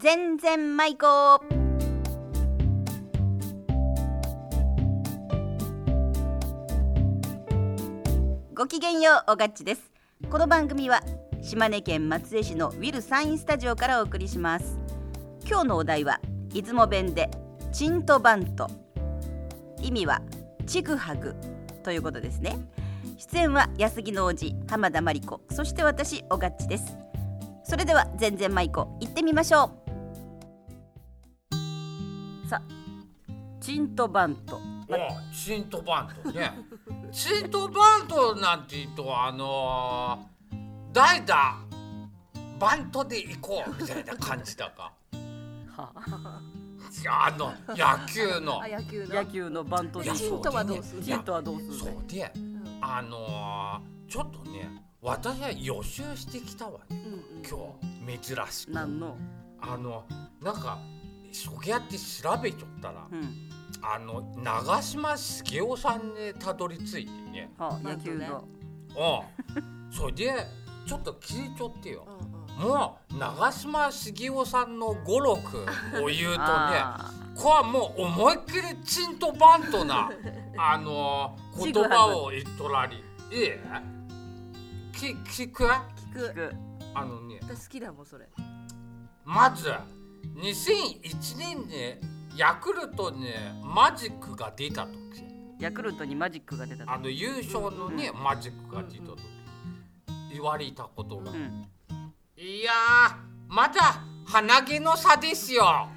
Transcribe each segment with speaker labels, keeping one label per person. Speaker 1: 全然舞子ごきげんようおがっちですこの番組は島根県松江市のウィルサインスタジオからお送りします今日のお題は出雲弁でチントバント意味はちぐはぐということですね出演は安木の王子浜田真理子そして私おがっちですそれでは全然舞子行ってみましょうさあチントバント
Speaker 2: うん、チントバントね チントバントなんて言うとあのー、代打バントで行こうみたいな感じだか
Speaker 1: はあ
Speaker 2: いやあの野球の
Speaker 3: あ野球の
Speaker 1: 野球のバント
Speaker 2: い
Speaker 1: で
Speaker 2: や
Speaker 3: チントはどうする
Speaker 2: い
Speaker 1: ヒン
Speaker 2: や
Speaker 1: トはどうする
Speaker 2: そ
Speaker 1: の
Speaker 2: うで
Speaker 3: うん
Speaker 2: あのー、ちょっとね私は予習してきたわね
Speaker 3: うん
Speaker 2: 今日珍しく
Speaker 1: 何の、
Speaker 2: あのなんかそげやって調べちょったら
Speaker 1: うん
Speaker 2: あの長嶋茂雄さんにたどり着いてね
Speaker 1: はあ、
Speaker 3: バ
Speaker 1: 野
Speaker 3: ントね
Speaker 1: 球の、
Speaker 2: うん。それでちょっと聞いちょってよ
Speaker 3: う。んうん
Speaker 2: もう長嶋茂雄さんの語録を言うとね、
Speaker 1: ああ
Speaker 2: これはもう思いっきりチンとバンとなあのー言葉を言っとらり。いいき聞くあ
Speaker 3: 聞く
Speaker 1: 聞く
Speaker 2: のね、
Speaker 3: 私好きだもんそれ
Speaker 2: まず2001年にヤクルトにマジックが出た時。
Speaker 1: ヤクルトにマジックが出た
Speaker 2: あの優勝のね、マジックが出た時。言われたことが。
Speaker 1: うん
Speaker 2: いやー、まだ鼻毛の差ですよ。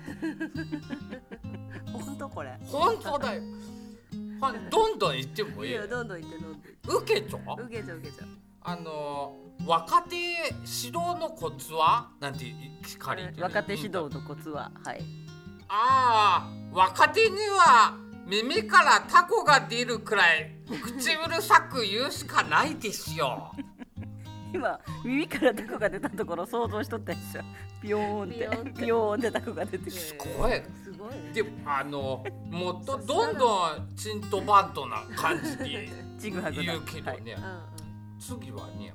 Speaker 3: 本当これ
Speaker 2: 本当だよ。ほんどんどん言っても
Speaker 3: い
Speaker 2: い
Speaker 3: い
Speaker 2: い。
Speaker 3: よどんどんいってどんどんいって
Speaker 2: 受けちょ
Speaker 3: 受けちゃう受けちゃう
Speaker 2: あのー、若手指導のコツはなんて聞かれてる
Speaker 1: 若手指導のコツははい
Speaker 2: ああ、若手には耳からタコが出るくらい口うるさく言うしかないですよ。
Speaker 1: 今耳からタコが出たところ想像しとったでしょピヨーン
Speaker 3: ピヨ
Speaker 1: っ
Speaker 3: ーンって
Speaker 1: てピヨーンってタコが出てくる
Speaker 3: ね
Speaker 2: 声
Speaker 3: すごいね
Speaker 2: であのもっとどんどんチンとバンとな感じに
Speaker 1: ちぐはぐだ
Speaker 2: 言うけど
Speaker 1: はい
Speaker 2: ね。
Speaker 3: うんうん
Speaker 2: 次はね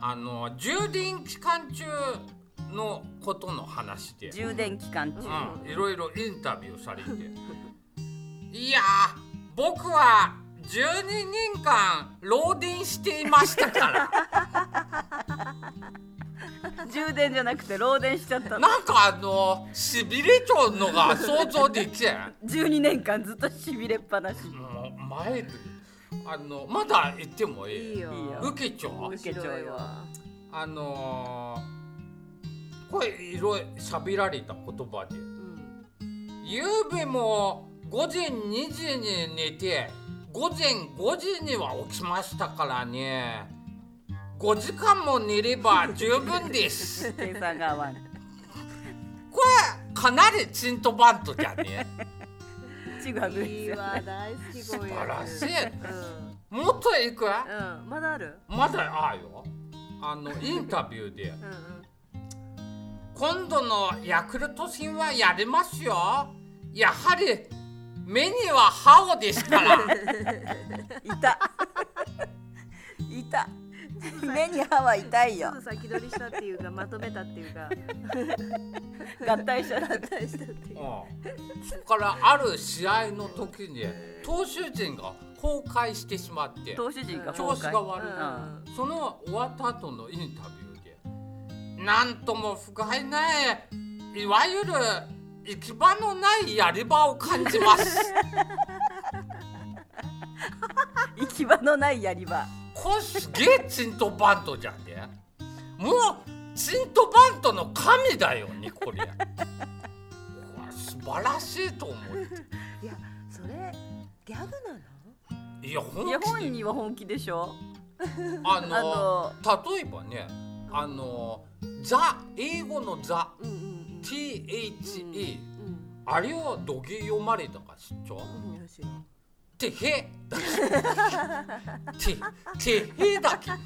Speaker 2: あの充電期間中のことの話で、
Speaker 1: 充電期間中
Speaker 2: うん、いろいろインタビューされ ていやー僕は12年間漏電していましたか
Speaker 1: 充電じゃなくて漏電しちゃった
Speaker 2: ら
Speaker 1: の
Speaker 2: なんかあのしびれちゃうのが想像できん
Speaker 1: 12年間ずっとしびれっぱなし
Speaker 2: もう前であのまだ言ってもいい
Speaker 3: いいよ
Speaker 1: いいよ
Speaker 2: 受けちゃう
Speaker 3: 面白いわ
Speaker 2: あのー、これいろいろ喋られた言葉で
Speaker 3: うん
Speaker 2: ゆうべも午前2時に寝て午前5時には起きましたからね5時間も寝れば十分です
Speaker 1: 計算が合わん
Speaker 2: これかなりチントバントじゃね
Speaker 1: ちぐはぐで
Speaker 3: い
Speaker 1: す
Speaker 3: い
Speaker 1: よ
Speaker 3: わ大好きこういうやつ
Speaker 2: 素晴らしい
Speaker 3: うん
Speaker 2: もっといく
Speaker 3: うんまだある
Speaker 2: まだああよあのインタビューで
Speaker 3: うんうん
Speaker 2: 今度のヤクルト戦はやれますよやはり目には歯をですから
Speaker 1: いたいた目に歯は痛いよ
Speaker 3: ちょっと先取りしたっていうかまとめたっていうか
Speaker 1: 合体しちゃった
Speaker 3: 合体したっていう
Speaker 2: うんそこからある試合の時に投手陣が崩壊してしまって
Speaker 1: 投手陣が崩
Speaker 2: 調
Speaker 1: 壊
Speaker 2: 子が
Speaker 3: う
Speaker 2: 悪い、
Speaker 3: ん
Speaker 2: その終わった後のインタビューでなんとも不甲斐ないいわゆる行き場のないやり場を感じます
Speaker 1: 行き場のないやり場
Speaker 2: これすげえチントバントじゃんねもうチントバントの神だよねこれうわ素晴らしいと思っ
Speaker 3: いやそれギャグなの
Speaker 2: ていや本
Speaker 1: いや
Speaker 2: 気
Speaker 1: 本
Speaker 2: で
Speaker 1: 人は本気でしょ
Speaker 2: あ
Speaker 1: あ
Speaker 2: の
Speaker 1: の
Speaker 2: 例えばねあのザ英語のザ
Speaker 3: うんうんうん
Speaker 2: THE
Speaker 3: うん
Speaker 2: あれはどげ読まれたか知っちゃう
Speaker 3: うんよしよ
Speaker 2: てへだけててへだけわ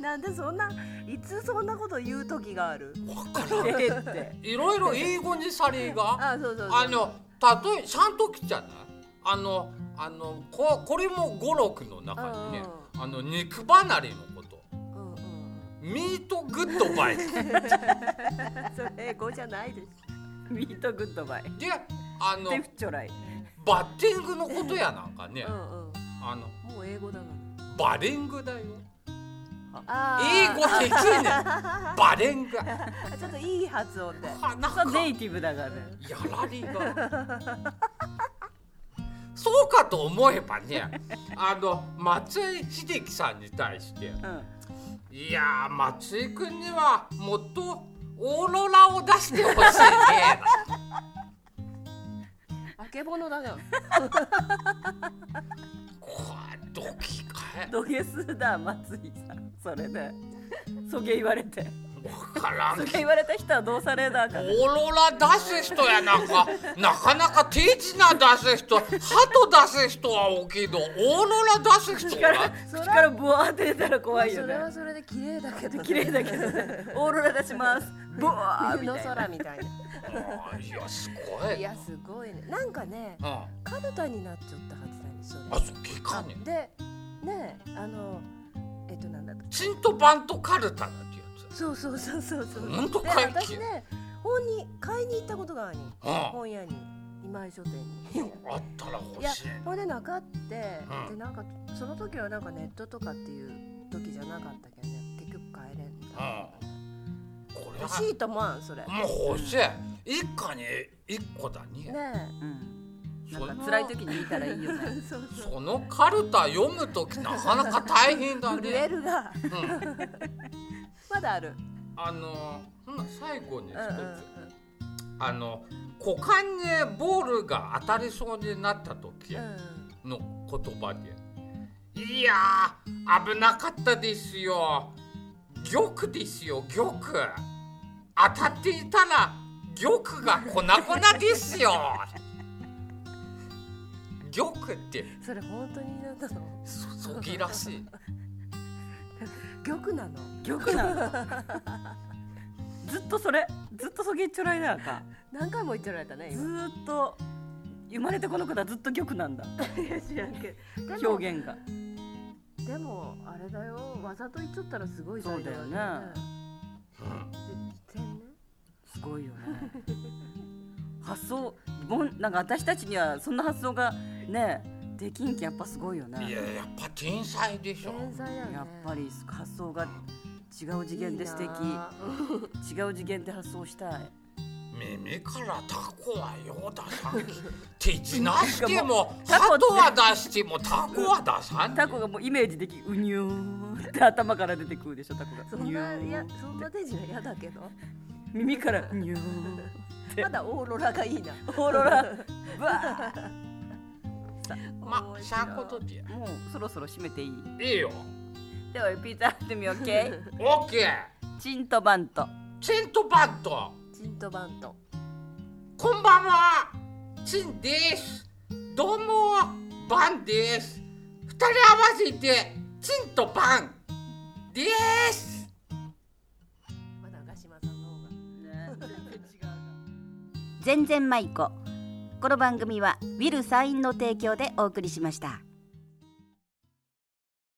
Speaker 3: なんでそんないつそんなこと言う時がある
Speaker 2: からん
Speaker 1: えーって
Speaker 2: いろいろ英語にされが
Speaker 3: あそうそうそう
Speaker 2: あの例えちゃんときじゃないあのあのここれも語録の中にね
Speaker 3: う
Speaker 2: あの肉離れのこと
Speaker 3: うんうん
Speaker 2: ミートグッドバイ
Speaker 3: それ英語じゃないです
Speaker 1: ミートグッドバイ。
Speaker 2: であの
Speaker 1: テフチョライ。
Speaker 2: バッティングのことやなんかね、
Speaker 3: うんうん
Speaker 2: あの
Speaker 3: もう英語だか
Speaker 2: バレングだよ
Speaker 3: らあ
Speaker 2: 英語できね えバレング
Speaker 3: あちょっといい発音で
Speaker 2: はなん
Speaker 1: そ
Speaker 2: か
Speaker 1: うネイティブだからね。
Speaker 2: やらりがそうかと思えばねあの松井秀喜さんに対して
Speaker 1: うん。
Speaker 2: いやー松井君にはもっとオーロラを出してほしいね
Speaker 3: あけぼのだな
Speaker 2: これドキかえ
Speaker 1: 土下すだ松井さん。それで。そげ言われて。
Speaker 2: わからん
Speaker 1: そ
Speaker 2: け
Speaker 1: げ
Speaker 2: ど
Speaker 1: 言われた人はどうされだか
Speaker 2: オ
Speaker 1: ら。
Speaker 2: ーロラ出す人やなんかなかなか手品出す人鳩出す人は大きいのオーロラ出す人
Speaker 1: 口か
Speaker 2: は
Speaker 1: ら口からブワーって出たら怖いよね。
Speaker 3: それで綺麗だけど
Speaker 1: 綺麗だけど ね。 オーロラ出します。ブワーみたいな。
Speaker 3: みたい な
Speaker 2: あーいやすごい
Speaker 3: やすごいねなんかね
Speaker 2: うん、
Speaker 3: カルタになっちゃったはずだねそれ
Speaker 2: あそっかね
Speaker 3: でねえあのえっとなんだった
Speaker 2: チンとバンとカルタなんてやつ
Speaker 3: そうそうそうそうそう
Speaker 2: ほんと
Speaker 3: で
Speaker 2: 怪奇
Speaker 3: 私ね本に買いに行ったことがあるの
Speaker 2: う
Speaker 3: 本屋に今井書店
Speaker 2: ん
Speaker 3: に
Speaker 2: あったら
Speaker 3: い
Speaker 2: 欲
Speaker 3: や
Speaker 2: しい
Speaker 3: それでなかって、
Speaker 2: うん
Speaker 3: でなんかその時はなんかネットとかっていう時じゃなかったけどね結局買えれんみたいな、
Speaker 2: これ
Speaker 3: 欲
Speaker 2: は
Speaker 3: しいと思わんそれね
Speaker 2: もう欲しい一家に一個だね
Speaker 3: え
Speaker 1: うん。
Speaker 2: そ
Speaker 1: なんか辛い時に見たらいいよね。
Speaker 3: そうそう
Speaker 2: そのカルタ読むときなかなか大変だ
Speaker 3: 震え
Speaker 2: ね、
Speaker 3: るが
Speaker 2: うん、
Speaker 3: まだある
Speaker 2: あのほな最後に一つ、
Speaker 3: うんうんうん
Speaker 2: あの股間にボールが当たりそうになった時
Speaker 3: うん
Speaker 2: の言葉で「いやー危なかったですよ玉ですよ玉当たっていたら玉が粉々ですよ」玉って
Speaker 3: それ本当になんだの
Speaker 2: そそぎらしい
Speaker 3: 玉なの
Speaker 1: 玉なの。 ずっとそれ。ずっとそげちょらいだか。
Speaker 3: 何回も言っておられたね
Speaker 1: ず
Speaker 3: 今
Speaker 1: ーっと生まれてこの子だずっと玉なんだ
Speaker 3: いや知らんけどでも
Speaker 1: 表現が
Speaker 3: でもあれだよわざと言っちゃったらすごい才
Speaker 1: そ
Speaker 3: 能
Speaker 1: うだよね
Speaker 3: 天然
Speaker 1: すごいよね発想もんなんか私たちにはそんな発想がねできんきやっぱすごいよね
Speaker 2: いややっぱ天才でしょ
Speaker 3: 天才だよね
Speaker 1: やっぱり発想が違う次元で素敵
Speaker 3: いいな
Speaker 1: 違う次元で発想したい
Speaker 2: 耳からタコはよう出さんき手品しても鳩は出してもタコは出さんき
Speaker 1: タコがもうイメージできうにゅーって頭から出てくるでしょタコが
Speaker 3: そ
Speaker 1: うんにゅ
Speaker 3: な、い
Speaker 1: ー
Speaker 3: や、そんな手品嫌だ けど。
Speaker 1: 耳からうにゅー
Speaker 3: まだオーロラがいいな。
Speaker 1: オーロラブワ
Speaker 2: まあしゃことで
Speaker 1: ーもうそろそろ締めていい
Speaker 2: いいよ
Speaker 1: ではピーターってみよう OK
Speaker 2: オッケー
Speaker 1: チンとバンと
Speaker 2: チンとバント
Speaker 3: チンとバンと。
Speaker 2: こんばんはチンですどうもバンです二人合わせてチンとバンです
Speaker 3: まだ長島さんの方が。
Speaker 1: 全然舞子この番組はウィルサインの提供でお送りしました。